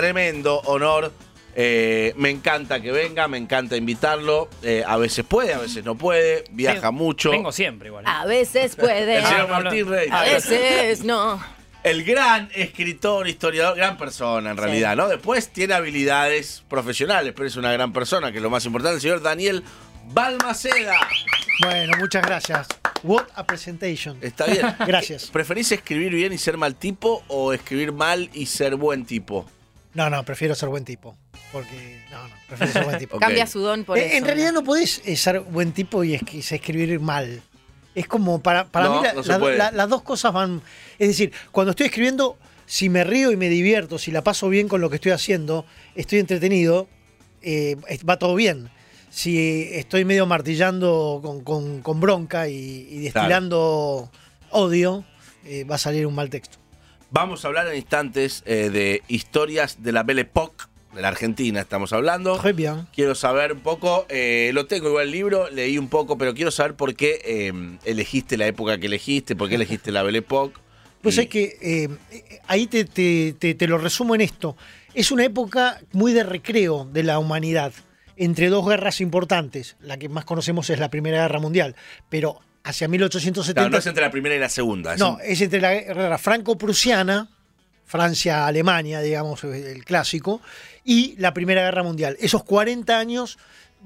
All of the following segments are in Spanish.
tremendo honor. Eh, me encanta que venga, me encanta invitarlo. Eh, a veces puede, a veces no puede. Viaja Vengo- mucho. Vengo siempre igual. ¿eh? A veces puede, El señor no, no. Martín Rey. a veces no. El gran escritor, historiador, gran persona en realidad, ¿no? Después tiene habilidades profesionales, pero es una gran persona, que es lo más importante. El señor Daniel Balmaceda. Bueno, muchas gracias. What a presentation. Está bien. Gracias. ¿Preferís escribir bien y ser mal tipo o escribir mal y ser buen tipo? No, no, prefiero ser buen tipo. Porque, no, no, prefiero ser buen tipo. Ok. Cambia su don por Eh, eso. en realidad no podés eh, ser buen tipo y es que- es escribir mal. Es como, para, para No, mí la- no se la- puede. la- las dos cosas van... Es decir, cuando estoy escribiendo, si me río y me divierto, si la paso bien con lo que estoy haciendo, estoy entretenido, eh, es- va todo bien. Si eh, estoy medio martillando con, con- con bronca y, y destilando odio, eh, va a salir un mal texto. Vamos a hablar en instantes eh, de historias de la Belle Époque, de la Argentina estamos hablando. Très bien. Quiero saber un poco, eh, lo tengo igual el libro, leí un poco, pero quiero saber por qué eh, elegiste la época que elegiste, por qué elegiste la Belle Époque. Pues Y- es que eh, eh, ahí te, te- te- te lo resumo en esto. Es una época muy de recreo de la humanidad, entre dos guerras importantes. La que más conocemos es la Primera Guerra Mundial, pero hacia Claro, 1870... no es entre la primera y la segunda. es No, eh. un- es entre la guerra franco-prusiana, Francia-Alemania, digamos, el clásico, y la Primera Guerra Mundial. Esos 40 años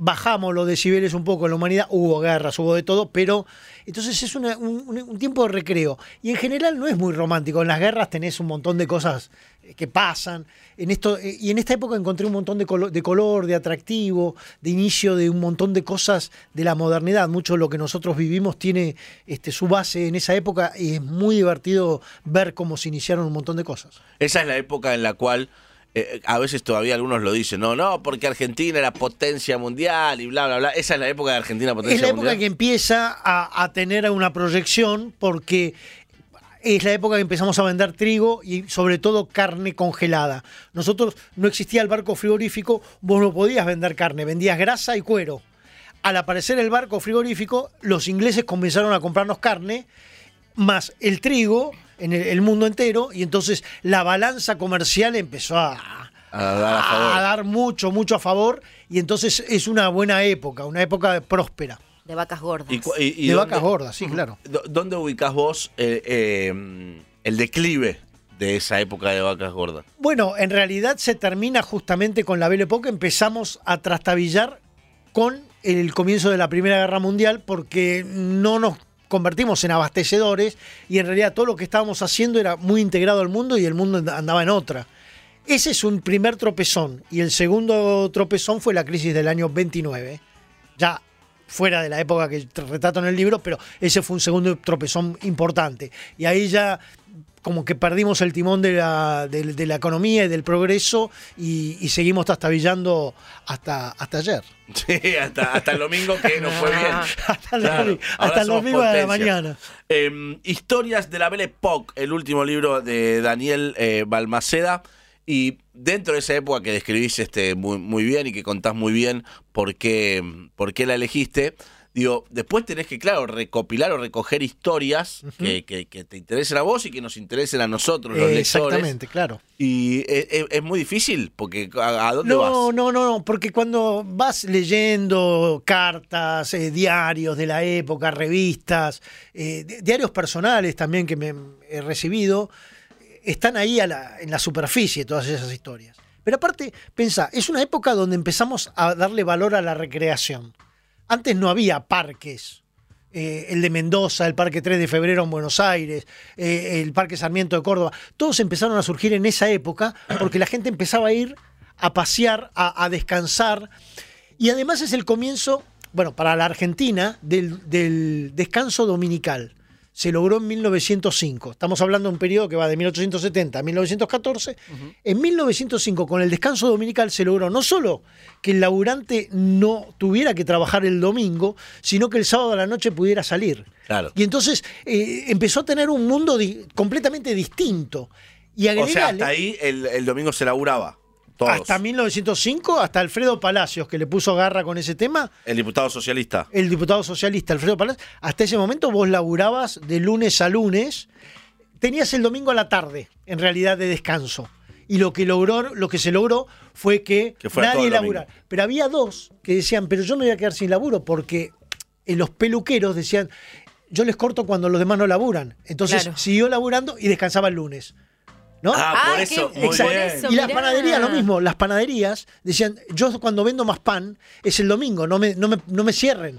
bajamos los decibeles un poco en la humanidad, hubo guerras, hubo de todo, pero entonces es una- un, un- un tiempo de recreo. Y en general no es muy romántico, en las guerras tenés un montón de cosas eh, que pasan, en esto, eh, y en esta época encontré un montón de, colo- de color, de atractivo, de inicio de un montón de cosas de la modernidad, mucho de lo que nosotros vivimos tiene este, su base en esa época y es muy divertido ver cómo se iniciaron un montón de cosas. Esa es la época en la cual eh, a veces todavía algunos lo dicen, no, no, porque Argentina era potencia mundial y bla, bla, bla. Esa es la época de Argentina potencia Es la época mundial. que empieza a, a tener una proyección porque es la época que empezamos a vender trigo y sobre todo carne congelada. Nosotros no existía el barco frigorífico, vos no podías vender carne, vendías grasa y cuero. Al aparecer el barco frigorífico, los ingleses comenzaron a comprarnos carne más el trigo en el, el mundo entero y entonces la balanza comercial empezó a, A dar a favor. a dar mucho, mucho a favor y entonces es una buena época, una época próspera. De vacas gordas. ¿Y cu- y- y de dónde- vacas gordas, sí, claro. do- ¿Dónde ubicás vos eh, eh, el declive de esa época de vacas gordas? Bueno, en realidad se termina justamente con la Belle Époque. Empezamos a trastabillar con el comienzo de la Primera Guerra Mundial porque no nos convertimos en abastecedores y en realidad todo lo que estábamos haciendo era muy integrado al mundo y el mundo and- andaba en otra. Ese es un primer tropezón y el segundo tropezón fue la crisis del año 29. Ya fuera de la época que te retrato en el libro, pero ese fue un segundo tropezón importante. Y ahí ya como que perdimos el timón de la, de- de la economía y del progreso y, y seguimos trastabillando hasta, hasta ayer. Sí, hasta, hasta el domingo que no fue Ah. bien. Hasta el Claro, domingo- ahora hasta el somos domingo de la potencia. mañana. Eh, Historias de la Belle Époque, el último libro de Daniel eh, Balmaceda. Y dentro de esa época que describís este, muy, muy bien y que contás muy bien por qué, por qué la elegiste, digo, después tenés que, claro, recopilar o recoger historias que, que- que te interesen a vos y que nos interesen a nosotros, los Eh, lectores. exactamente, claro. Y es, es- es muy difícil, porque ¿a, a dónde No, vas? no, no, no, porque cuando vas leyendo cartas, eh, diarios de la época, revistas, eh, di- diarios personales también que me he recibido, eh, están ahí a la- en la superficie todas esas historias. Pero aparte, pensá, es una época donde empezamos a darle valor a la recreación. Antes no había parques. eh, el de Mendoza, el Parque 3 de Febrero en Buenos Aires, eh, el Parque Sarmiento de Córdoba. Todos empezaron a surgir en esa época porque la gente empezaba a ir a pasear, a, a descansar. Y además es el comienzo, bueno, para la Argentina, del, del descanso dominical. Se logró en 1905. Estamos hablando de un periodo que va de 1870 a 1914. En 1905, con el descanso dominical, se logró no solo que el laburante no tuviera que trabajar el domingo, sino que el sábado a la noche pudiera salir. Claro. Y entonces eh, empezó a tener un mundo di- completamente distinto. Y O sea, agregale- hasta ahí el, el domingo se laburaba. Todos. hasta 1905, hasta Alfredo Palacios, que le puso garra con ese tema, El diputado socialista. el diputado socialista Alfredo Palacios, hasta ese momento vos laburabas de lunes a lunes, tenías el domingo a la tarde, en realidad, de descanso. y lo que logró, lo que se logró fue que, Que fuera todo nadie el domingo. laburara. Pero había dos que decían, pero yo me voy a quedar sin laburo, porque eh, los peluqueros decían, yo les corto cuando los demás no laburan. Entonces Claro. siguió laburando y descansaba el lunes. ¿No? Ah, por qué- eso, muy Exacto. bien. eso, y las mirá. panaderías, lo mismo. Las panaderías decían, yo cuando vendo más pan es el domingo, no me, no me, no me cierren.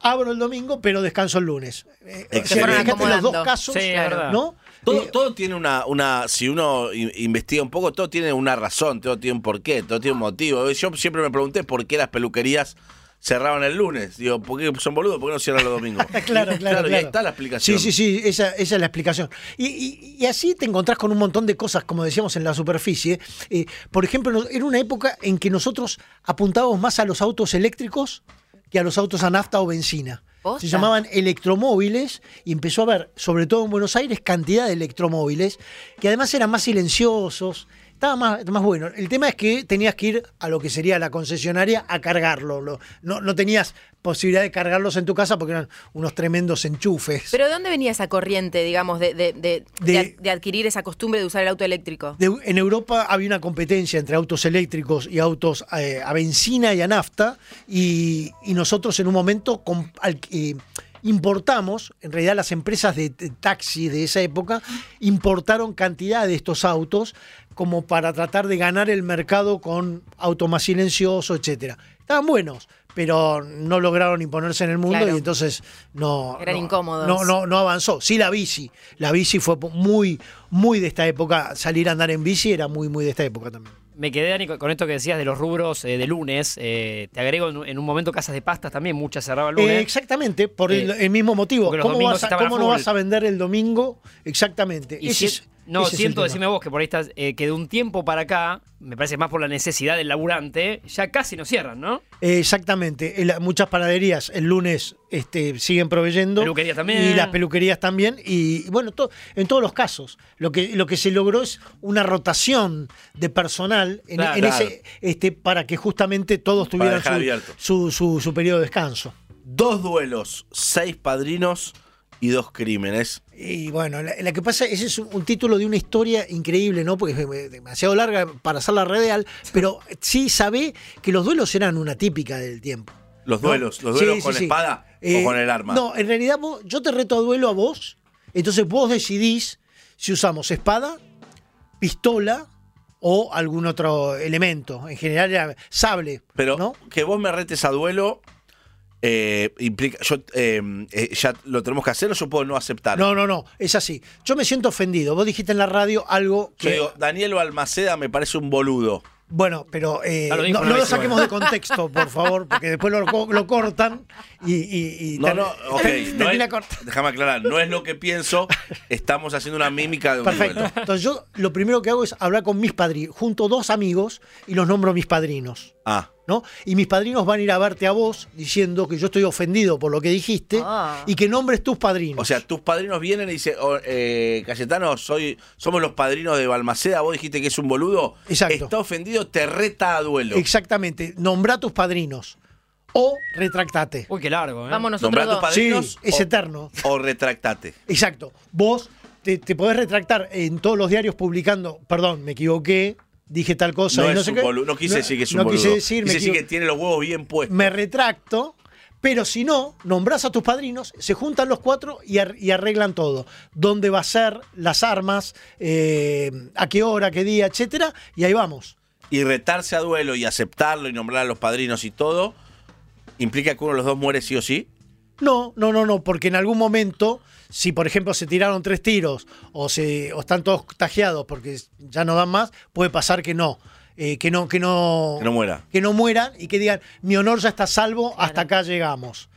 Abro el domingo, pero descanso el lunes. Eh, o sea, Se fueron fíjate los acomodando. dos casos, Sí, es verdad. ¿no? Todo, Eh, todo tiene una, una, si uno in- investiga un poco, todo tiene una razón, todo tiene un porqué, todo tiene un motivo. Yo siempre me pregunté por qué las peluquerías cerraban el lunes. Digo, ¿por qué son boludos? ¿Por qué no cierran los domingos? Claro, claro, Y ahí claro. está la explicación. Sí, sí, sí, esa, esa es la explicación. Y, y- y así te encontrás con un montón de cosas, como decíamos, en la superficie. Eh, por ejemplo, no- era una época en que nosotros apuntábamos más a los autos eléctricos que a los autos a nafta o benzina. Posta. Se llamaban electromóviles y empezó a haber, sobre todo en Buenos Aires, cantidad de electromóviles que además eran más silenciosos, estaba más, más bueno. El tema es que tenías que ir a lo que sería la concesionaria a cargarlo. lo- no, no tenías posibilidad de cargarlos en tu casa porque eran unos tremendos enchufes. Pero ¿de dónde venía esa corriente, digamos, de, de, de- De- de ad- de adquirir esa costumbre de usar el auto eléctrico? De- en Europa había una competencia entre autos eléctricos y autos eh, a benzina y a nafta, y, y nosotros en un momento com- al- eh, importamos, en realidad las empresas de, de taxi de esa época importaron cantidad de estos autos como para tratar de ganar el mercado con autos más silenciosos, etcétera. Estaban buenos, pero no lograron imponerse en el mundo Claro. y entonces no, Eran Ah, no, incómodos. No, no, no avanzó. Sí, la bici. La bici fue po- muy, muy de esta época. Salir a andar en bici era muy, muy de esta época también. Me quedé, Dani, con- con esto que decías de los rubros eh, de lunes. Eh, te agrego en, un- en un momento casas de pastas también, muchas cerraban Eh, lunes. exactamente, por el, Eh, el mismo motivo. porque los ¿Cómo, domingos vas a- estaban a cómo no full. vas a vender el domingo? Exactamente. Y Ese si- es- no, ese es el siento, tema. decime vos que por ahí estás, eh, que de un tiempo para acá, me parece más por la necesidad del laburante, ya casi no cierran, ¿no? Eh, exactamente. El- muchas panaderías el lunes este, siguen proveyendo. Peluquerías también. Y las peluquerías también. Y, y bueno, to- en todos los casos. Lo que, lo que se logró es una rotación de personal en, Claro. en ese, este, para que justamente todos Para tuvieran dejar su, abierto. su, su- su periodo de descanso. Dos duelos, seis padrinos y dos crímenes. Y bueno, la, la que pasa, ese es un, un título de una historia increíble, ¿no? Porque es eh, demasiado larga para hacerla real, pero sí sabe que los duelos eran una típica del tiempo. Los ¿no? duelos, los duelos Sí, sí, con sí. espada Eh, o con el arma. No, en realidad vos- yo te reto a duelo a vos, entonces vos decidís si usamos espada, pistola o algún otro elemento. En general era sable. Pero ¿no? que vos me retes a duelo eh, implica. Yo, eh, eh, ¿Ya lo tenemos que hacer o yo puedo no aceptar? No, no, no, es así. Yo me siento ofendido. Vos dijiste en la radio algo Yo que. digo, Daniel Balmaceda me parece un boludo. Bueno, pero eh, Ah, lo dijo no, una no lo vez igual. saquemos de contexto, por favor, porque después lo, co- lo cortan y. y- y No, ter- no, ok. No termina es- corta. déjame aclarar, no es lo que pienso, estamos haciendo una mímica de un Perfecto. duelo. Entonces yo lo primero que hago es hablar con mis padrinos, junto dos amigos y los nombro mis padrinos. Ah, ¿No? Y mis padrinos van a ir a verte a vos diciendo que yo estoy ofendido por lo que dijiste Ah. y que nombres tus padrinos. o sea, tus padrinos vienen y dicen, oh, eh, Cayetano, soy, somos los padrinos de Balmaceda, vos dijiste que es un boludo. Exacto. Está ofendido, te reta a duelo. Exactamente, nombra tus padrinos o retractate. Uy, qué largo, ¿eh? Vamos nosotros Nombrá a tus dos. Sí, padrinos es o- eterno. o retractate. Exacto. Vos te, te podés retractar en todos los diarios publicando, perdón, me equivoqué, dije tal cosa. No, y no es sé un qué. boludo. No quise decir que es un no boludo. quise decir, me, Quise decir equivo- que tiene los huevos bien puestos. me retracto, pero si no, nombrás a tus padrinos, se juntan los cuatro y, ar- y arreglan todo. ¿Dónde va a ser, las armas, eh, a qué hora, qué día, etcétera? Y ahí vamos. Y retarse a duelo y aceptarlo y nombrar a los padrinos y todo, implica que uno de los dos muere sí o sí. No, no, no, no, porque en algún momento, si por ejemplo se tiraron tres tiros o, se, o están todos tajeados porque ya no dan más, puede pasar que no, eh, que no, que no, Que no muera. que no mueran y que digan mi honor ya está salvo, hasta acá llegamos.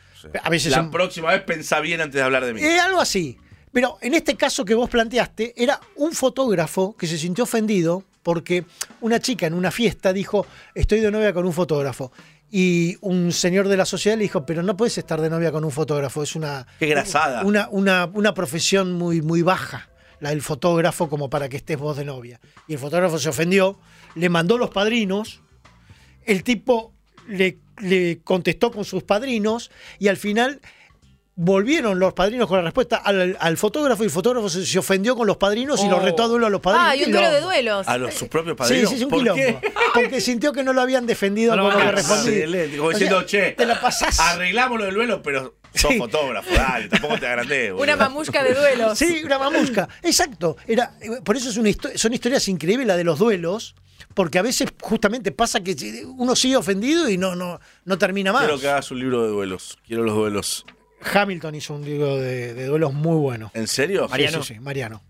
A veces La son- próxima vez pensá bien antes de hablar de mí. eh, algo así. Pero en este caso que vos planteaste, era un fotógrafo que se sintió ofendido porque una chica en una fiesta dijo, estoy de novia con un fotógrafo. Y un señor de la sociedad le dijo, pero no puedes estar de novia con un fotógrafo, es una, Qué grasada. una, una, una profesión muy, muy baja, la del fotógrafo, como para que estés vos de novia. Y el fotógrafo se ofendió, le mandó los padrinos, el tipo le, le contestó con sus padrinos y al final volvieron los padrinos con la respuesta al, al fotógrafo y el fotógrafo se, se ofendió con los padrinos y Oh. los retó a duelo a los padrinos. Ah, y un duelo de Quilombo. duelos. A los, sus propios Sí, padrinos. sí, es un ¿Por quilombo. qué? Porque sintió que no lo habían defendido No lo como van a le respondí. Excelente. Como O diciendo, sea, che, Te la pasás. arreglamos lo del duelo, pero sos Sí. fotógrafo, dale, tampoco te agrandes. Una mamusca de duelos. Sí, una mamusca. Exacto. Era, por eso es una histo- son historias increíbles la de los duelos, porque a veces justamente pasa que uno sigue ofendido y no, no, no termina más. Quiero que hagas un libro de duelos. Quiero los duelos. Hamilton hizo un libro de, de duelos muy bueno. ¿En serio? Sí, Mariano. sí, sí, Mariano.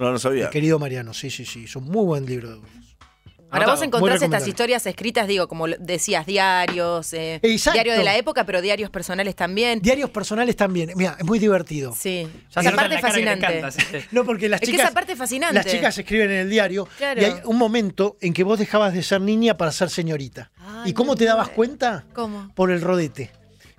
No, no El sabía. querido Mariano, sí, sí, sí. Hizo un muy buen libro de duelos. Ahora vos Anotado. Ah, Muy encontrás estas recomendable. historias escritas, digo, como lo- decías, diarios, eh, Exacto. diario de la época, pero diarios personales también. Diarios personales también. Mira, es muy divertido. sí. Ya se nota esa en parte la es cara que te fascinante. cantas, este. No, porque las Es que chicas. esa parte es fascinante. Las chicas escriben en el diario Claro. y hay un momento en que vos dejabas de ser niña para ser señorita. Ay, ¿Y cómo me te dabas muero. cuenta? ¿Cómo? Por el rodete.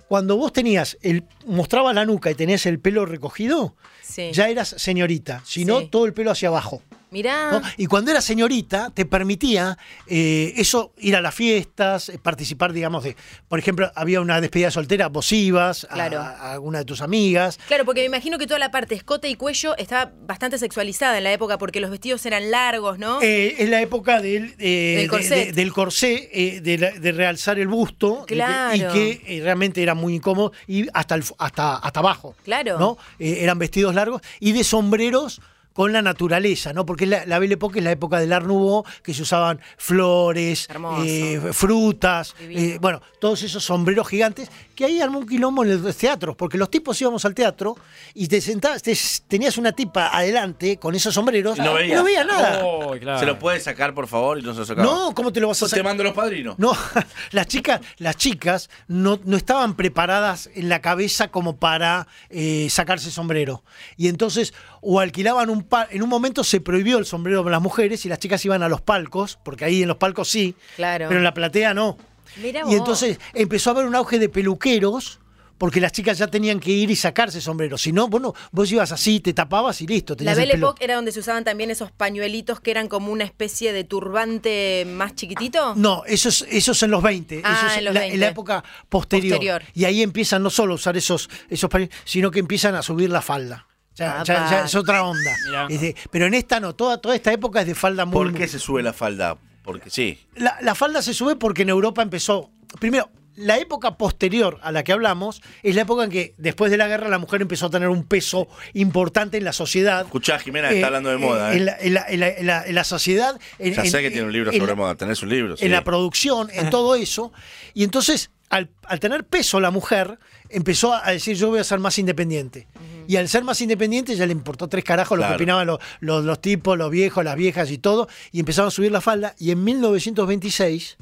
Cuando vos tenías el mostrabas la nuca y tenías el pelo recogido, Sí. ya eras señorita, si no Sí. Ah. todo el pelo hacia abajo. Mirá. ¿no? Y cuando eras señorita te permitía eh, eso ir a las fiestas, eh, participar, digamos, de, por ejemplo, había una despedida soltera, vos ibas a- Claro. a, alguna de tus amigas, Claro, porque me imagino que toda la parte escote y cuello estaba bastante sexualizada en la época porque los vestidos eran largos, ¿no? Eh, es la época del, eh, Del corset. de- de- del corsé, eh, de, la- de realzar el busto, de que- Claro. y que eh, realmente era muy incómodo, y hasta, el, hasta, hasta abajo. Claro. ¿no? Eh, eran vestidos largos y de sombreros con la naturaleza, ¿no? Porque la, la Belle Époque es la época del Art Nouveau, que se usaban flores, Hermoso. eh, frutas, Divino. eh, bueno, todos esos sombreros gigantes, que ahí armó un quilombo en los teatros, porque los tipos íbamos al teatro y te sentabas, te- tenías una tipa adelante con esos sombreros, Y no veías. nada. Oh, claro. ¿Se lo puedes sacar, por favor? Y no se lo sacaba. No, ¿cómo te lo vas a Yo te sacar? mando los padrinos. No, las chicas, las chicas no, no estaban preparadas en la cabeza como para eh, sacarse sombrero. Y entonces, o alquilaban un pa- en un momento se prohibió el sombrero para las mujeres y las chicas iban a los palcos, porque ahí en los palcos sí, Claro. pero en la platea no. Mirá vos. Y entonces empezó a haber un auge de peluqueros. Porque las chicas ya tenían que ir y sacarse sombrero. Si no, bueno, vos ibas así, te tapabas y listo. La tenías el Belle pelo. Époque era donde se usaban también esos pañuelitos que eran como una especie de turbante más chiquitito. Ah, No, eso es, eso es en los 20. Ah, eso es en los la, 20. la época posterior. Posterior. Y ahí empiezan no solo a usar esos, esos pañuelos, sino que empiezan a subir la falda. Ya, ya- Apa. ya es otra onda. Mirá. Es de- pero en esta no, toda, toda esta época es de falda muy. ¿Por qué se sube la falda? Porque sí. La, la falda se sube porque en Europa empezó. Primero, la época posterior a la que hablamos es la época en que después de la guerra la mujer empezó a tener un peso importante en la sociedad. Escuchá, Jimena, Eh, está hablando de moda. eh, ¿eh? En la, en la- en la- en la- en la sociedad. en- ya sé en- que tiene un libro en sobre la- moda. Tenés un libro. sí. en la producción, en todo eso. Y entonces, al, al tener peso la mujer, empezó a decir yo voy a ser más independiente. Y al ser más independiente ya le importó tres carajos lo Claro. que opinaban los, los- los tipos, los viejos, las viejas y todo. Y empezaron a subir la falda. Y en 1926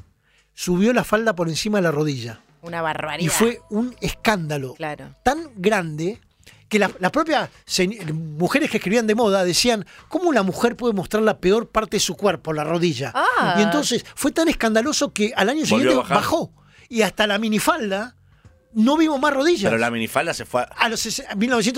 subió la falda por encima de la rodilla. Una barbaridad. Y fue un escándalo Claro. tan grande que la- las propias se- mujeres que escribían de moda decían, ¿cómo una mujer puede mostrar la peor parte de su cuerpo, la rodilla? Ah. Y entonces fue tan escandaloso que al año Volvió siguiente a bajar. bajó. Y hasta la minifalda no vimos más rodillas. Pero la minifalda se fue. a- A los ses- a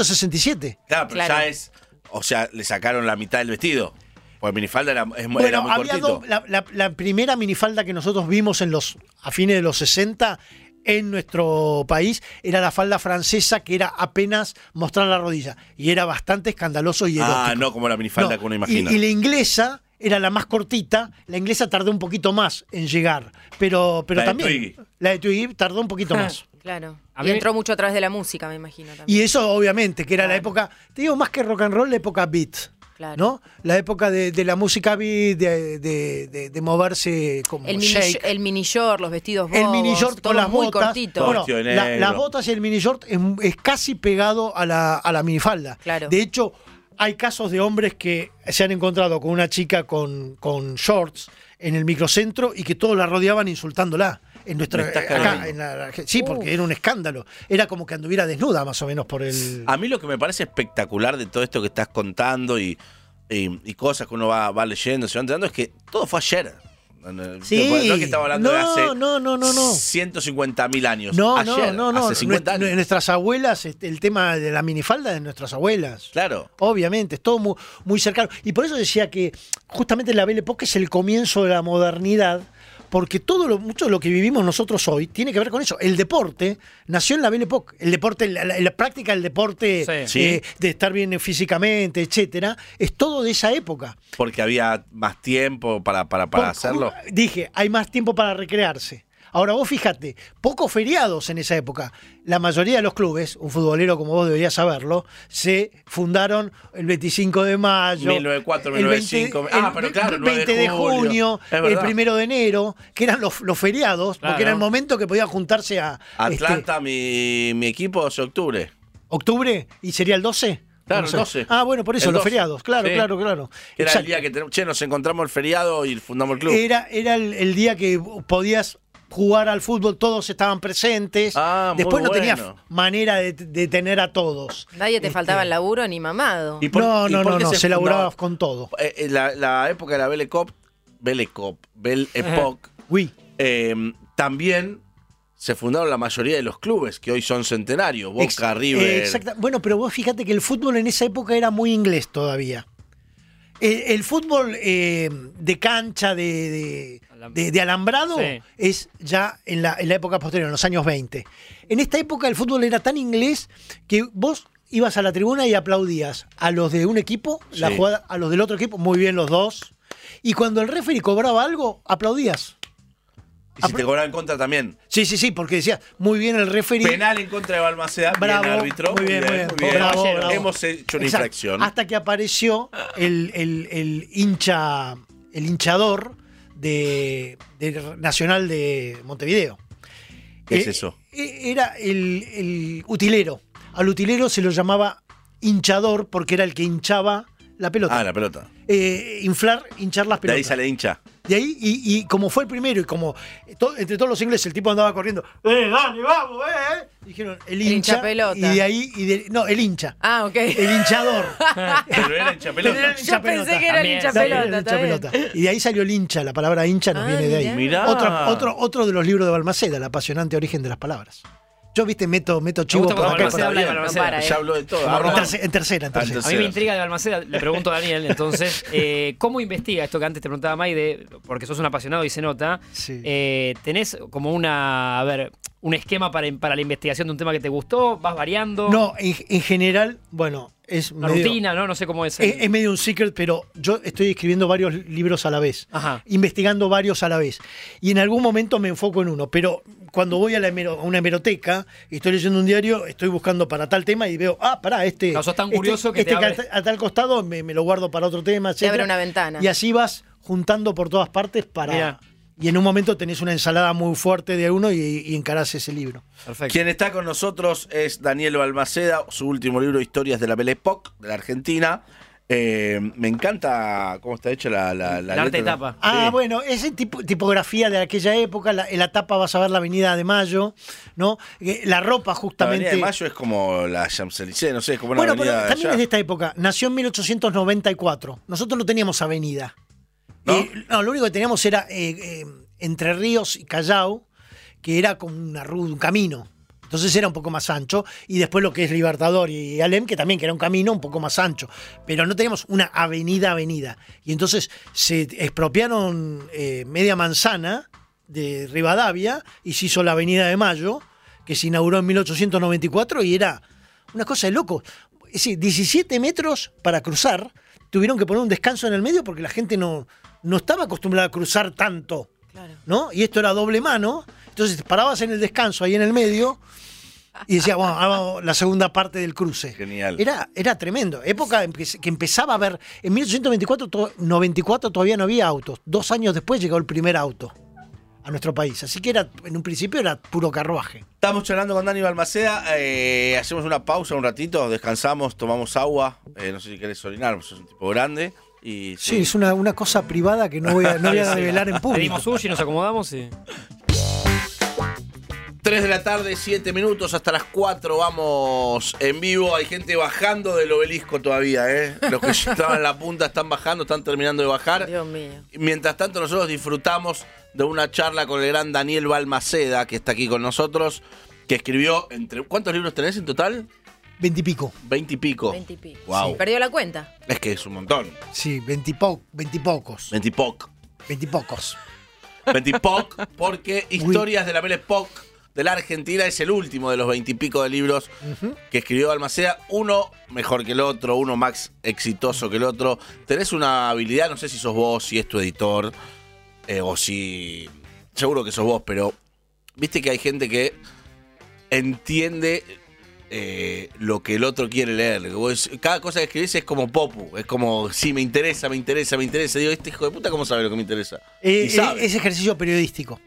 1967. Claro, pero Claro. ya es. O sea, le sacaron la mitad del vestido. Porque minifalda era, es, muy- era Bueno, muy había cortito. dos- la, la- la primera minifalda que nosotros vimos en los, a fines de los 60 en nuestro país era la falda francesa que era apenas mostrar la rodilla. Y era bastante escandaloso y erótico. ah, no como la minifalda No, que uno imagina. Y, y la inglesa era la más cortita, la inglesa tardó un poquito más en llegar, pero, pero La de también Twiggy. la de Twiggy tardó un Ah, poquito más. Claro. A Y mí- entró mucho a través de la música, me imagino también. Y eso obviamente, que era la época, te digo más que rock and roll, la época beat. Claro. ¿No? La época de, de la música beat, de, de- de- de moverse como El mini, shake. el mini short, los vestidos bobos, el mini short todo con las muy botas. cortito. Bueno, Bueno, Vestido de la- negro. las botas y el mini short es, es casi pegado a la, a la minifalda. Claro. De hecho, hay casos de hombres que se han encontrado con una chica con, con shorts en el microcentro y que todos la rodeaban insultándola. En nuestra, Me estás acá, cargando. en la- sí, porque era un escándalo. Era como que anduviera desnuda, más o menos, por el. A mí lo que me parece espectacular de todo esto que estás contando y, y- y cosas que uno va, va leyendo, se va enterando, es que todo fue ayer. No, no, Sí. no es que estamos hablando de No, hace no, no, no, no. 150 mil años. No, Ayer, no, no, no. Hace 50 Nuestra- años. Nuestras abuelas, este, el tema de la minifalda es de nuestras abuelas. Claro. Obviamente, es todo mu- muy, cercano. Y por eso decía que justamente la Belle Époque es el comienzo de la modernidad, porque todo lo, mucho de lo que vivimos nosotros hoy tiene que ver con eso. El deporte nació en la Belle Époque. El deporte, la, la- la práctica del deporte Sí. eh, de estar bien físicamente, etcétera, es todo de esa época. Porque había más tiempo para, para, para Por- hacerlo. Dije, hay más tiempo para recrearse. Ahora vos fíjate, pocos feriados en esa época. La mayoría de los clubes, un futbolero como vos deberías saberlo, se fundaron el 25 de mayo. 1904, el 1905. Ah, pero claro, el 9 20 de junio, Es el verdad. primero de enero, que eran los, los feriados, Claro. porque era el momento que podían juntarse a este, Atlanta, mi, mi equipo es octubre. octubre y sería el 12. Claro, No el sé. 12. Ah, bueno, por eso, El los 12. feriados, claro, Sí. claro, claro. Era el Exacto. día que tenemos. Che, nos encontramos el feriado y fundamos el club. Era, era el, el día que podías jugar al fútbol, todos estaban presentes. Ah, muy Después no tenías bueno. manera de, de tener a todos. Este, Nadie te faltaba el laburo ni mamado. ¿Y por- no, y no, por no, qué no, se, fundaba? laburaba con todo. Eh, eh, la, la época de la Belle Cop, Belle Cop, Belle Epoque, Uy, eh, también se fundaron la mayoría de los clubes que hoy son centenarios. Boca, ex- eh, River. exacta- Bueno, pero vos fíjate que el fútbol en esa época era muy inglés todavía. El, el fútbol eh, de cancha, de, de- Alam- de- de alambrado, Sí. es ya en la, en la época posterior, en los años 20. En esta época el fútbol era tan inglés que vos ibas a la tribuna y aplaudías a los de un equipo, la Sí. jugada, a los del otro equipo, muy bien los dos. Y cuando el referee cobraba algo, aplaudías. Y si te cobraban en contra también. Sí, sí, sí, porque decías, muy bien el referee. Penal en contra de Balmaceda. Bravo, bien, árbitro. muy bien, muy bien, bravo, bravo. Hemos hecho una Exacto. infracción. Hasta que apareció el, el- el hincha, el hinchador de, de Nacional de Montevideo. ¿Qué es Eh, eso? eh, Era el, el utilero. Al utilero se lo llamaba hinchador porque era el que hinchaba la pelota. Ah, la pelota. Eh, inflar, hinchar las De ahí pelotas. sale hincha. De ahí, y, y como fue el primero, y como to- entre todos los ingleses el tipo andaba corriendo, ¡eh, dale, vamos, eh! eh", Dijeron, el El hincha. hinchapelota. y de ahí, y de- no, el hincha. Ah, ok. El hinchador. Pero era hincha pelota. Yo pensé que era el También, hincha sí. Dale, pelota. el está bien. hinchapelota. Y de ahí salió el hincha, la palabra hincha nos Ah, viene de ahí. Mirá. Otro, otro, otro de los libros de Balmaceda, El apasionante origen de las palabras. Yo, viste, meto, meto chivo gusta por cuando acá. Balmaceda por allá. habla de Balmaceda. No para, eh. Ya habló de todo. En Ahora- terce- en tercera, en Ah, tercera. A mí me intriga de Balmaceda, le pregunto a Daniel, entonces, eh, ¿cómo investiga esto que antes te preguntaba May, de, porque sos un apasionado y se nota? Sí. Eh, ¿Tenés como una, a ver, un esquema para, para la investigación de un tema que te gustó? ¿Vas variando? No, en, en general, bueno, es Una medio- rutina, ¿no? No sé cómo es. el- Es, es medio un secret, pero yo estoy escribiendo varios libros a la vez, Ajá. investigando varios a la vez. Y en algún momento me enfoco en uno, pero cuando voy a, la hemero- a una hemeroteca y estoy leyendo un diario, estoy buscando para tal tema y veo, ah, pará, este. Claro, sos tan este- curioso que te este a, abre- ta- a tal costado me, me lo guardo para otro tema. Te abre etcétera. una ventana. Y así vas juntando por todas partes para. Mirá. Y en un momento tenés una ensalada muy fuerte de uno y, y encarás ese libro. Perfecto. Quien está con nosotros es Daniel Balmaceda, su último libro, Historias de la Belepoc, de la Argentina. Eh, me encanta cómo está hecha la, la, la La letra. arte de tapa. Ah, Sí. bueno, esa tipo- tipografía de aquella época, la, en la tapa vas a ver la Avenida de Mayo, ¿no? Eh, La La ropa Avenida justamente... de Mayo es como la Champs-Élysées, no sé, es como una bueno, pero avenida de también allá. es de esta época. Nació en 1894. Nosotros no teníamos avenida. ¿No? Eh, no, lo único que teníamos era eh, eh, Entre Ríos y Callao, que era como una ru- un camino. Entonces era un poco más ancho. Y después lo que es Libertador y Alem, que también que era un camino un poco más ancho. Pero no teníamos una avenida, avenida. Y entonces se expropiaron eh, media manzana de Rivadavia y se hizo la Avenida de Mayo, que se inauguró en 1894 y era una cosa de loco. Es decir, 17 metros para cruzar. Tuvieron que poner un descanso en el medio porque la gente no, no estaba acostumbrada a cruzar tanto. Claro. ¿no? Y esto era doble mano. Entonces te parabas en el descanso ahí en el medio y decías, bueno, ahora vamos la segunda parte del cruce. Genial. Era, era tremendo. Época en que se- que empezaba a ver. En 1824, to- 94 todavía no había autos. Dos años después llegó el primer auto a nuestro país. Así que era, en un principio era puro carruaje. Estamos charlando con Dani Balmaceda, eh, hacemos una pausa un ratito, descansamos, tomamos agua, eh, no sé si querés orinar, vos sos un tipo grande. Y, Sí, es una, una cosa privada que no voy a, no voy a revelar en público. Pedimos sushi, nos acomodamos y... 3 de la tarde, 7 minutos, hasta las 4 vamos en vivo. Hay gente bajando del obelisco todavía, ¿eh? Los que ya estaban en la punta están bajando, están terminando de bajar. Dios mío. Y Mientras tanto, nosotros disfrutamos de una charla con el gran Daniel Balmaceda, que está aquí con nosotros, que escribió entre. ¿Cuántos libros tenés en total? Veintipico. Veinte y pico. Veinte y pico. Wow. Sí, Perdió la cuenta. Es que es un montón. Sí, veintipo- veintipocos. Veintipocos. Veintipocos. Veintipoc, porque Historias de la Belle Époque de la Argentina es el último de los veintipico de libros que escribió Balmaceda. Uno mejor que el otro, uno más exitoso que el otro. Tenés una habilidad, no sé si sos vos, si es tu editor, eh, o si. Seguro que sos vos, pero. Viste que hay gente que entiende eh, lo que el otro quiere leer. Lo que vos- Cada cosa que escribís es como popu, es como, sí, me interesa, me interesa, me interesa. Digo, este hijo de puta, ¿cómo sabe lo que me interesa? Eh, y sabe. eh, ese ejercicio periodístico.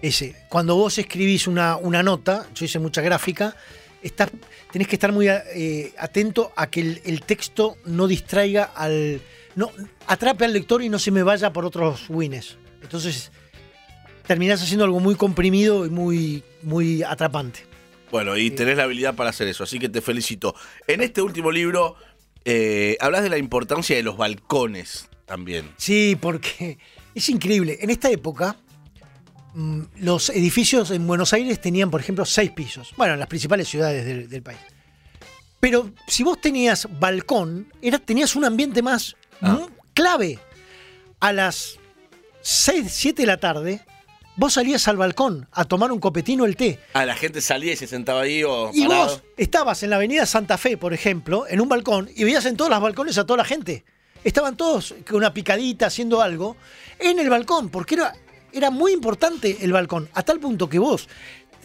Ese. Cuando vos escribís una, una nota, yo hice mucha gráfica, estás, tenés que estar muy eh, atento a que el, el texto no distraiga al. no atrape al lector y no se me vaya por otros wines. Entonces, terminás haciendo algo muy comprimido y muy, muy atrapante. Bueno, y tenés la habilidad para hacer eso, así que te felicito. En este último libro, eh, hablas de la importancia de los balcones también. Sí, porque es increíble. En esta época, mm, los edificios en Buenos Aires tenían, por ejemplo, seis pisos. Bueno, en las principales ciudades del, del país. Pero si vos tenías balcón, era, tenías un ambiente más Ah. mm, clave. A las 6, 7 de la tarde, vos salías al balcón a tomar un copetino el té. Ah, la gente salía y se sentaba ahí o Y parado. vos estabas en la avenida Santa Fe, por ejemplo, en un balcón, y veías en todos los balcones a toda la gente. Estaban todos con una picadita haciendo algo en el balcón, porque era, era muy importante el balcón, a tal punto que vos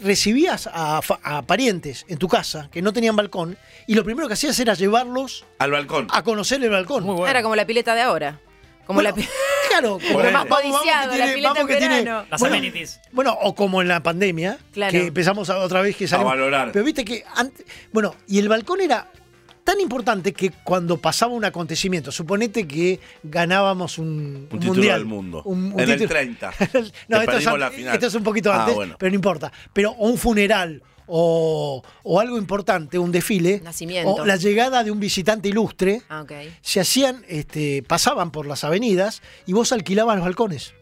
recibías a, fa- a parientes en tu casa que no tenían balcón, y lo primero que hacías era llevarlos Al balcón. Ah, a conocer el balcón. Muy bueno. Era como la pileta de ahora. Como Bueno, la pi- Claro, como Ponele. vamos- vamos que Codiciado, la tiene- pileta vamos en que tiene- verano. Las bueno, amenities. Bueno, o como en la pandemia, Claro. que empezamos a- otra vez que salimos. valorar. Pero viste que antes. Bueno, y el balcón era tan importante que cuando pasaba un acontecimiento, suponete que ganábamos un, un título mundial. del mundo. un- un En el título. 30. no, Que esto es, perdimos an- la final. esto es un poquito Ah, antes, bueno. pero no importa. Pero o un funeral. O, o algo importante, un desfile, Nacimiento. o la llegada de un visitante ilustre, Ah, ok. se hacían, este, pasaban por las avenidas y vos alquilabas los balcones.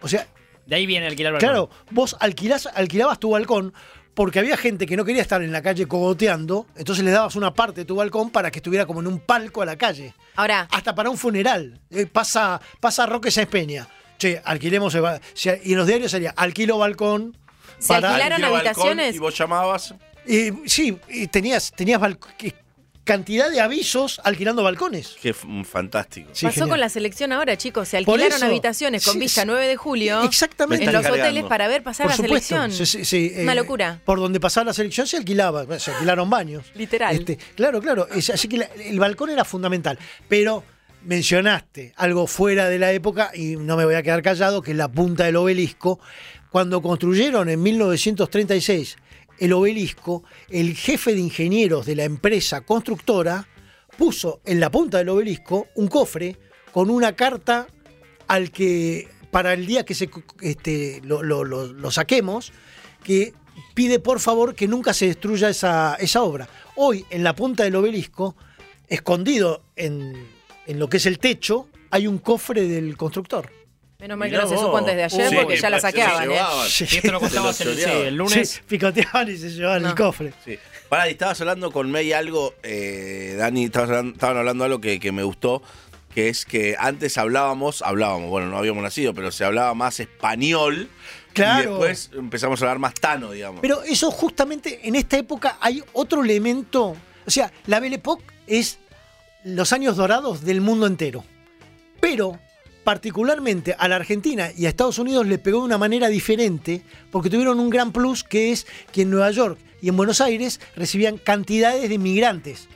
O sea, De ahí viene alquilar balcón. Claro, vos alquilás, alquilabas tu balcón porque había gente que no quería estar en la calle cogoteando, entonces le dabas una parte de tu balcón para que estuviera como en un palco a la calle. Ahora, Hasta para un funeral. Eh, pasa, pasa Roque Sáenz Peña. Che, alquilemos. el ba- se- Y en los diarios sería alquilo balcón. ¿Se alquilaron Alquilo balcón habitaciones? Y vos llamabas. Eh, sí, y tenías, tenías balc- que- cantidad de avisos alquilando balcones. Qué f- fantástico. Sí, pasó genial. con la selección ahora, chicos. Se Por alquilaron eso, habitaciones con sí, vista sí, 9 de julio Exactamente. Me en los están hoteles cargando. para ver pasar Por la supuesto. selección. Sí, sí, sí, eh, Una locura. Por donde pasaba la selección se alquilaba, bueno, se alquilaron baños. Literal. Este, claro, claro. es- así que la- el balcón era fundamental. Pero mencionaste algo fuera de la época, y no me voy a quedar callado, que es la punta del obelisco. Cuando construyeron en 1936 el obelisco, el jefe de ingenieros de la empresa constructora puso en la punta del obelisco un cofre con una carta al que para el día que se cu- este, lo, lo- lo- lo saquemos, que pide por favor que nunca se destruya esa, esa obra. Hoy, en la punta del obelisco, escondido en, en lo que es el techo, hay un cofre del constructor. Menos mal que Mirá no se supo vos. antes de ayer Sí, porque ya la se lo saqueaban. ¿eh? llevaban. Sí. Y esto lo contabas Se el, lo sí, choreaban. el lunes. Sí, picoteaban y se llevaban No. el cofre. Sí. Pará, y estabas hablando con May algo, eh, Dani, estabas hablando- estaban hablando algo que, que me gustó, que es que antes hablábamos, hablábamos, bueno, no habíamos nacido, pero se hablaba más español. Claro. Y después empezamos a hablar más tano, digamos. Pero eso justamente en esta época hay otro elemento. O sea, la Belle Époque es los años dorados del mundo entero. Pero particularmente a la Argentina y a Estados Unidos les pegó de una manera diferente porque tuvieron un gran plus que es que en Nueva York y en Buenos Aires recibían cantidades de inmigrantes.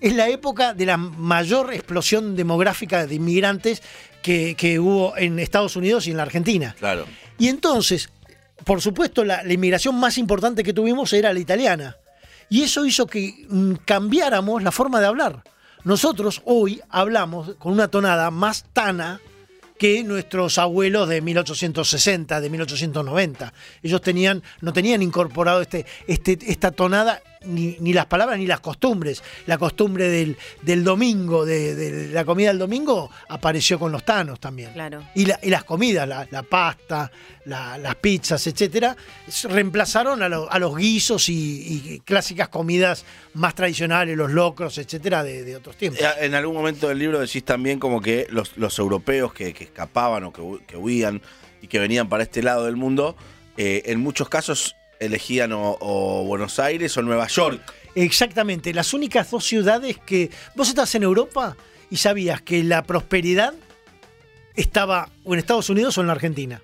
Es la época de la mayor explosión demográfica de inmigrantes que, que hubo en Estados Unidos y en la Argentina. Claro. Y entonces, por supuesto, la, la inmigración más importante que tuvimos era la italiana. Y eso hizo que mm, cambiáramos la forma de hablar. Nosotros hoy hablamos con una tonada más tana que nuestros abuelos de 1860, de 1890. Ellos tenían, no tenían incorporado este, este, esta tonada, ni, ni las palabras ni las costumbres. La costumbre del, del domingo, de, de la comida del domingo, apareció con los tanos también. Claro. Y, la- y las comidas, la, la pasta, la- las pizzas, etcétera, s- reemplazaron a, lo- a los guisos y, y clásicas comidas más tradicionales, los locros, etcétera, de, de otros tiempos. Eh, En algún momento del libro decís también como que los, los europeos que, que escapaban o que, hu- que huían y que venían para este lado del mundo, eh, en muchos casos elegían o, o Buenos Aires o Nueva York. Exactamente, las únicas dos ciudades que vos estás en Europa y sabías que la prosperidad estaba o en Estados Unidos o en la Argentina.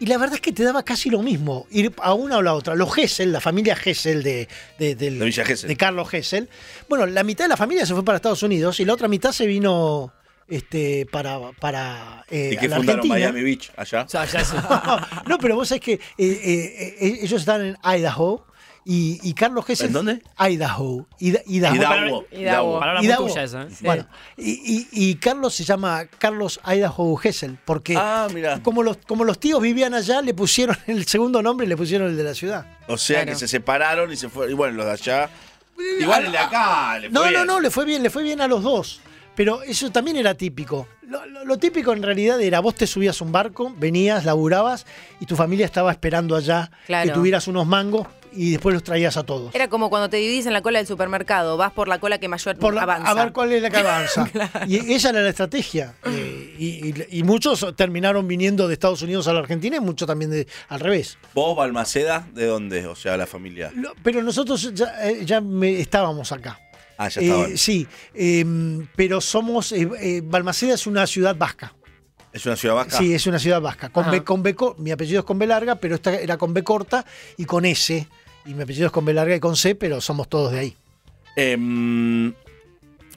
Y la verdad es que te daba casi lo mismo, ir a una o la otra. Los Gessel, la familia Gessel de, de- del- La Villa Gesell. de Carlos Gessel. Bueno, la mitad de la familia se fue para Estados Unidos y la otra mitad se vino este, para, para eh, y a que la fundaron Argentina. Miami Beach allá. O sea, ya es- no, pero vos sabés que eh, eh, eh, ellos están en Idaho y, y Carlos Gessel. ¿En dónde? Idaho. Ida- Idaho. Idaho. Idaho. Palabra muy Idaho. tuya esa. ¿eh? Bueno, y, y- y Carlos se llama Carlos Idaho Gessel, porque Ah, mira. como, los, como los tíos vivían allá, le pusieron el segundo nombre y le pusieron el de la ciudad. O sea Claro. que se separaron y se fueron. Y bueno, los de allá. Igual el de acá. le No, fue no, bien. no, le fue bien, le fue bien a los dos. Pero eso también era típico. Lo, lo- lo típico en realidad era vos te subías a un barco, venías, laburabas y tu familia estaba esperando allá Claro. que tuvieras unos mangos y después los traías a todos. Era como cuando te dividís en la cola del supermercado, vas por la cola que mayor Por la- avanza. A ver cuál es la que avanza. Y esa era la estrategia. Eh, Y, y- y muchos terminaron viniendo de Estados Unidos a la Argentina y muchos también de, al revés. ¿Vos, Balmaceda, de dónde? O sea, la familia. Lo- Pero nosotros ya, eh, ya me- estábamos acá. Ah, ya Eh, estaban. sí, eh, pero somos. eh, eh, Balmaceda es una ciudad vasca. ¿Es una ciudad vasca? Sí, es una ciudad vasca. Con Ajá. B, con B co- mi apellido es con B larga, pero esta era con B corta y con S. Y mi apellido es con B larga y con C, pero somos todos de ahí. Em,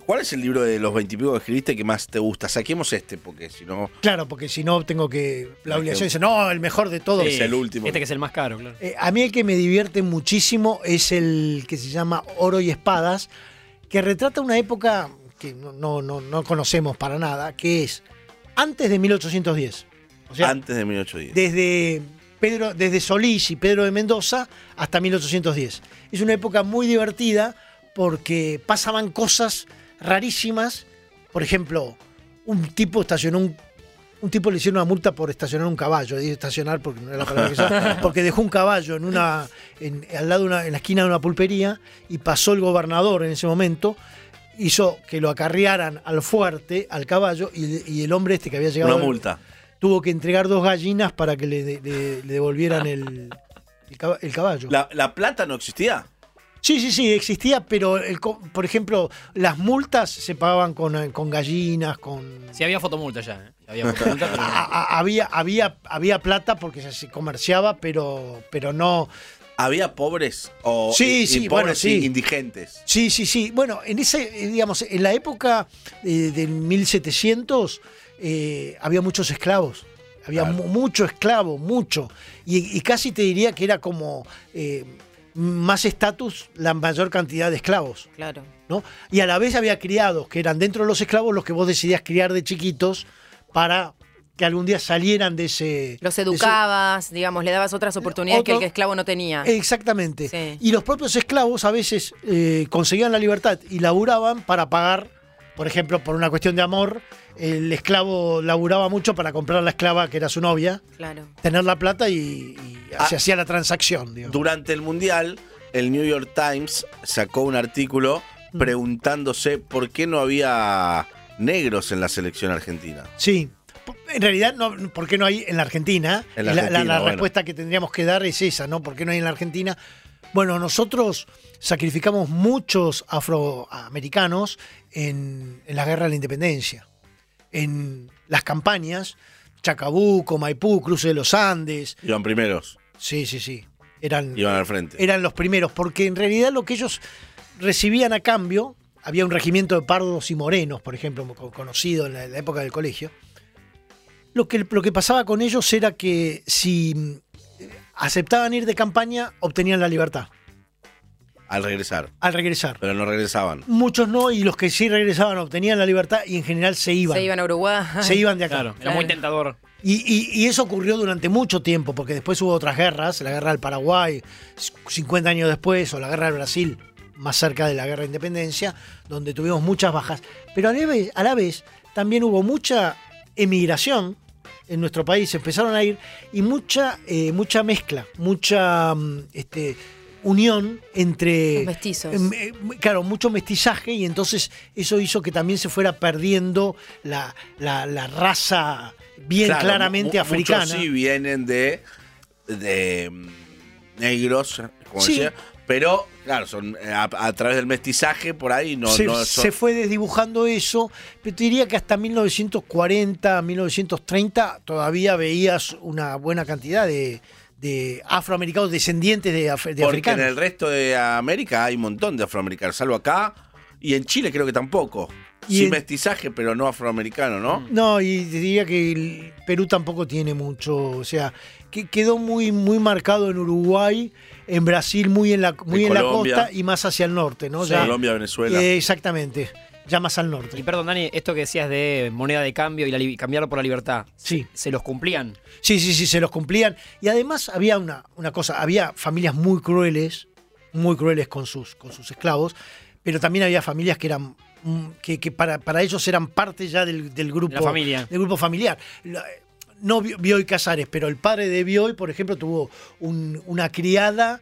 ¿Cuál es el libro de los veintipico que escribiste que más te gusta? Saquemos este, porque si no. Claro, porque si no tengo que. La No, obligación que- dice, no, el mejor de todos. es el último. Este que es el más caro, claro. Eh, a mí el que me divierte muchísimo es el que se llama Oro y Espadas, que retrata una época que no, no, no, no conocemos para nada, que es antes de 1810. O sea, Antes de 1810. desde, Pedro, desde Solís y Pedro de Mendoza hasta 1810. Es una época muy divertida porque pasaban cosas rarísimas. Por ejemplo, un tipo estacionó un... Un tipo le hicieron una multa por estacionar un caballo, dije estacionar porque no era la palabra que usaba, porque dejó un caballo en una, en- al lado de una, en la esquina de una pulpería y pasó el gobernador en ese momento, hizo que lo acarrearan al fuerte, al caballo, y, y el hombre este que había llegado Una del- multa. tuvo que entregar dos gallinas para que le, de- de- le devolvieran el, el caba- el caballo. ¿La, la plata no existía? Sí, sí, sí, existía, pero el co- por ejemplo, las multas se pagaban con, eh, con gallinas, con... Sí, había fotomulta ya. ¿eh? Había fotomulta, pero no. A- a- había, había, había plata porque se- se comerciaba, pero, pero no... ¿Había pobres? O Sí, y- y sí, pobres bueno, sí. y indigentes. Sí, sí, sí. Bueno, en ese, eh, digamos, en la época eh, del 1700 eh, había muchos esclavos. Había Claro. mu- mucho esclavo, mucho. Y, y casi te diría que era como eh, más estatus la mayor cantidad de esclavos, Claro. ¿no? Y a la vez había criados, que eran dentro de los esclavos los que vos decidías criar de chiquitos para que algún día salieran de ese... Los de ese- educabas, digamos, le dabas otras oportunidades que el Otro- que esclavo no tenía. Exactamente. Ah. Sí. Y los propios esclavos a veces eh, conseguían la libertad y laburaban para pagar, por ejemplo, por una cuestión de amor, el esclavo laburaba mucho para comprar la esclava que era su novia, Claro. tener la plata y, y Ah. se hacía la transacción. digamos. Durante el Mundial, el New York Times sacó un artículo Mm. preguntándose por qué no había negros en la selección argentina. Sí. En realidad, no, ¿por qué no hay en la Argentina? En la Y Argentina, bueno. respuesta que tendríamos que dar es esa, ¿no? ¿Por qué no hay en la Argentina? Bueno, nosotros sacrificamos muchos afroamericanos en, en la guerra de la independencia, en las campañas, Chacabuco, Maipú, Cruce de los Andes. Iban primeros, Sí, sí, sí. Eran, iban al frente. eran los primeros, porque en realidad lo que ellos recibían a cambio, había un regimiento de pardos y morenos, por ejemplo, co- conocido en la, la época del colegio, lo que, lo que pasaba con ellos era que si eh, aceptaban ir de campaña, obtenían la libertad al regresar, al regresar. pero no regresaban. Muchos no, y los que sí regresaban obtenían la libertad y en general se iban. Se iban a Uruguay. Se iban de acá. Claro, era muy tentador. Y, y- y eso ocurrió durante mucho tiempo, porque después hubo otras guerras, la guerra del Paraguay, 50 años después, o la guerra del Brasil, más cerca de la guerra de independencia, donde tuvimos muchas bajas. Pero a la vez, a la vez, también hubo mucha emigración en nuestro país, empezaron a ir, y mucha, eh, mucha mezcla, mucha mm, este, unión entre... Los mestizos. em, eh, claro, mucho mestizaje y entonces eso hizo que también se fuera perdiendo la, la- la raza bien Claro, claramente mu- africana. Muchos sí vienen de, de mm, negros, como Sí. decía, pero claro, son eh, a, a través del mestizaje por ahí no, se, no son- se fue desdibujando eso, pero te diría que hasta 1940, 1930 todavía veías una buena cantidad de, de afroamericanos descendientes de, af- porque de en africanos. el resto de América hay un montón de afroamericanos, salvo acá y en Chile creo que tampoco. Y sí en- mestizaje, pero no afroamericano, ¿no? No, y te diría que el Perú tampoco tiene mucho, o sea, que quedó muy muy marcado en Uruguay, en Brasil muy en la muy En en la Colombia. costa y más hacia el norte, ¿no? Sí, Ya- Colombia, Venezuela. eh, exactamente, ya más al Y norte. perdón, Dani, esto que decías de moneda de cambio y la li- cambiarlo por la libertad, Sí. ¿se los cumplían? Sí, sí, sí, se los cumplían. Y además había una, una cosa, había familias muy crueles, muy crueles con sus, con sus esclavos, pero también había familias que eran mm, que, que para, para ellos eran parte ya del, del grupo La familia. del grupo familiar. La- No Vi- Bioy Casares, pero el padre de Bioy, por ejemplo, tuvo un- una criada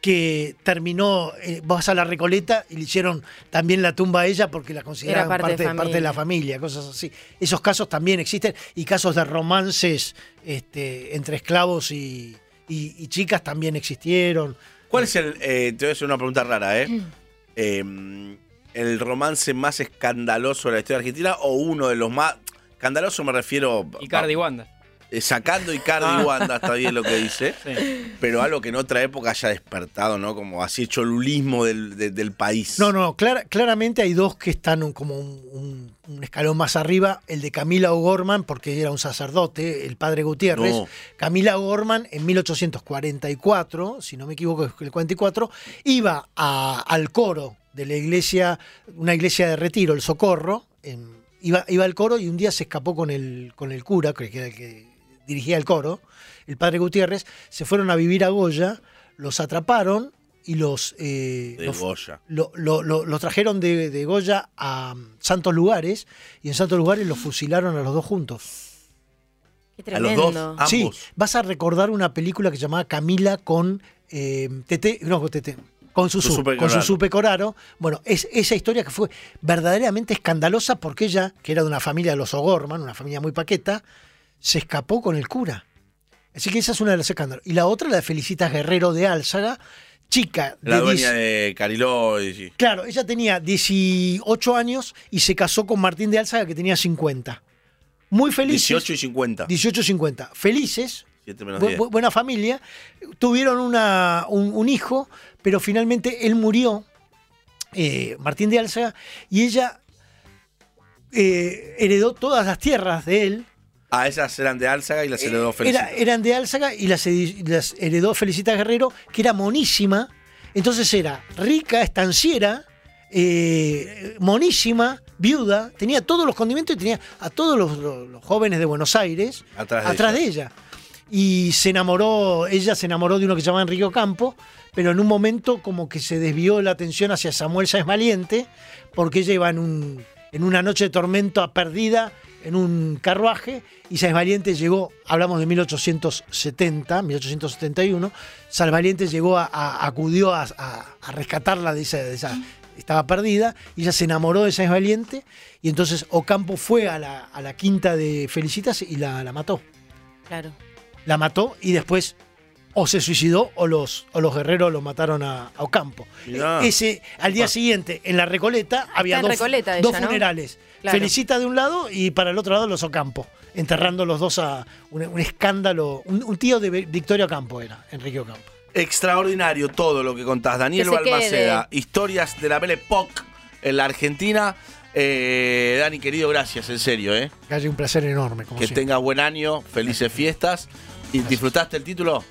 que terminó, eh, vas a la Recoleta y le hicieron también la tumba a ella porque la consideraban parte de parte, parte de la familia. familia, cosas así. Esos casos también existen y casos de romances este, entre esclavos y, y- y chicas también existieron. ¿Cuál es el. eh, te voy a hacer una pregunta rara, ¿eh? Eh, ¿El romance más escandaloso de la historia argentina o uno de los más. Escandaloso me refiero. Y Cardi y Wanda. eh, sacando Icardi Ah. y Wanda, está bien lo que dice. Sí. Pero algo que en otra época haya despertado, ¿no? Como así el cholulismo del, de- del país. No, no, clara- claramente hay dos que están un- como un, un- un escalón más arriba, el de Camila O'Gorman, porque era un sacerdote, el padre Gutiérrez. No. Camila O'Gorman en 1844, si no me equivoco es el 44, iba a- al coro de la iglesia, una iglesia de retiro, el Socorro, en- iba, iba al coro y un día se escapó con el, con el cura, que era el que dirigía el coro, el padre Gutiérrez, se fueron a vivir a Goya, los atraparon y los... eh, De los- Goya. lo, lo- lo- lo trajeron de, de Goya a um, Santos Lugares y en Santos Lugares los fusilaron a los dos juntos. Qué A los dos, Ah. tremendo. ambos. Sí, vas a recordar una película que se llamaba Camila con eh, Tete, no con Tete, con Susu, Susupe con Coraro. Susupe Coraro. Bueno, es esa historia que fue verdaderamente escandalosa porque ella, que era de una familia de los O'Gorman, una familia muy paqueta, se escapó con el cura. Así que esa es una de las escándalos. Y la otra, la de Felicitas Guerrero de Álzaga, chica de La 10 dueña de Cariló. y- y- Claro, ella tenía 18 años y se casó con Martín de Álzaga que tenía 50. Muy felices. 18 y 50. 18 y 50. Felices, 7 menos bu- 10. bu- buena familia. Tuvieron una- un, un hijo, pero finalmente él murió, eh, Martín de Álzaga, y ella eh, heredó todas las tierras de él. Ah, esas eran de Álzaga y las Eh, heredó era- Felicitas. eran de Álzaga y las, hedi- las heredó Felicita Guerrero, que era monísima. Entonces era rica, estanciera, eh, monísima, viuda, tenía todos los condimentos y tenía a todos los, los- los jóvenes de Buenos Aires Atrás de de ella. Y se enamoró, ella se enamoró de uno que se llamaba Enrique Campo, pero en un momento como que se desvió la atención hacia Samuel Sáenz Valiente, porque ella iba en, un- en una noche de tormento a perdida en un carruaje y Sáenz Valiente llegó, hablamos de 1870, 1871, Sáenz Valiente llegó a, a- acudió a, a- a rescatarla de esa, de esa- estaba perdida, y ella se enamoró de Sáenz Valiente y entonces Ocampo fue a la, a la quinta de Felicitas y la, la mató. Claro. La mató y después o se suicidó o los, o los guerreros lo mataron a, a Ocampo. E-, Mirá. Ah. Ese, al día siguiente, en la Recoleta, había en dos, Recoleta dos ella, ¿no? funerales. Claro. Felicita de un lado y para el otro lado los Ocampo, enterrando los dos a un, un escándalo. Un, un tío de Victoria Ocampo era, Enrique Ocampo. Extraordinario todo lo que contás. Daniel Que se Balmaceda, historias de la Belle Époque en la Argentina. Eh, Dani, querido, gracias, en serio, ¿eh? Calle, un placer enorme. Como Que siempre. tengas buen año, felices fiestas. ¿Y disfrutaste el título?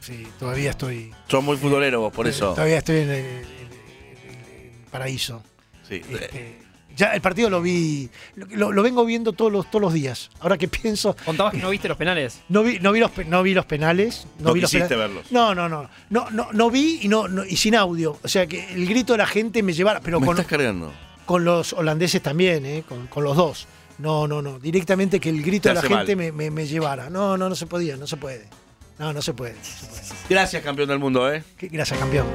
Sí, todavía estoy. Sos muy futbolero vos, Eh, por eso. Todavía estoy en el- en el- en el paraíso. Sí. Este, ya el partido lo vi, lo, lo vengo viendo todos los, todos los días. Ahora que pienso, Contabas que no viste los penales. no vi, no vi los, pe- no vi los penales, no, No vi los quisiste penales. verlos. No, no, no, no, no, no vi y no, no- y sin audio. O sea que el grito de la gente me llevara, pero Me con, estás cargando. con los holandeses también, ¿eh? con, con los dos. No, no, no. Directamente que el grito Te de la hace gente mal. me, me- me llevara. No, no, no se podía, no se puede. No, no se puede. Gracias, campeón del mundo, ¿eh? eh. Qué- Gracias, campeón.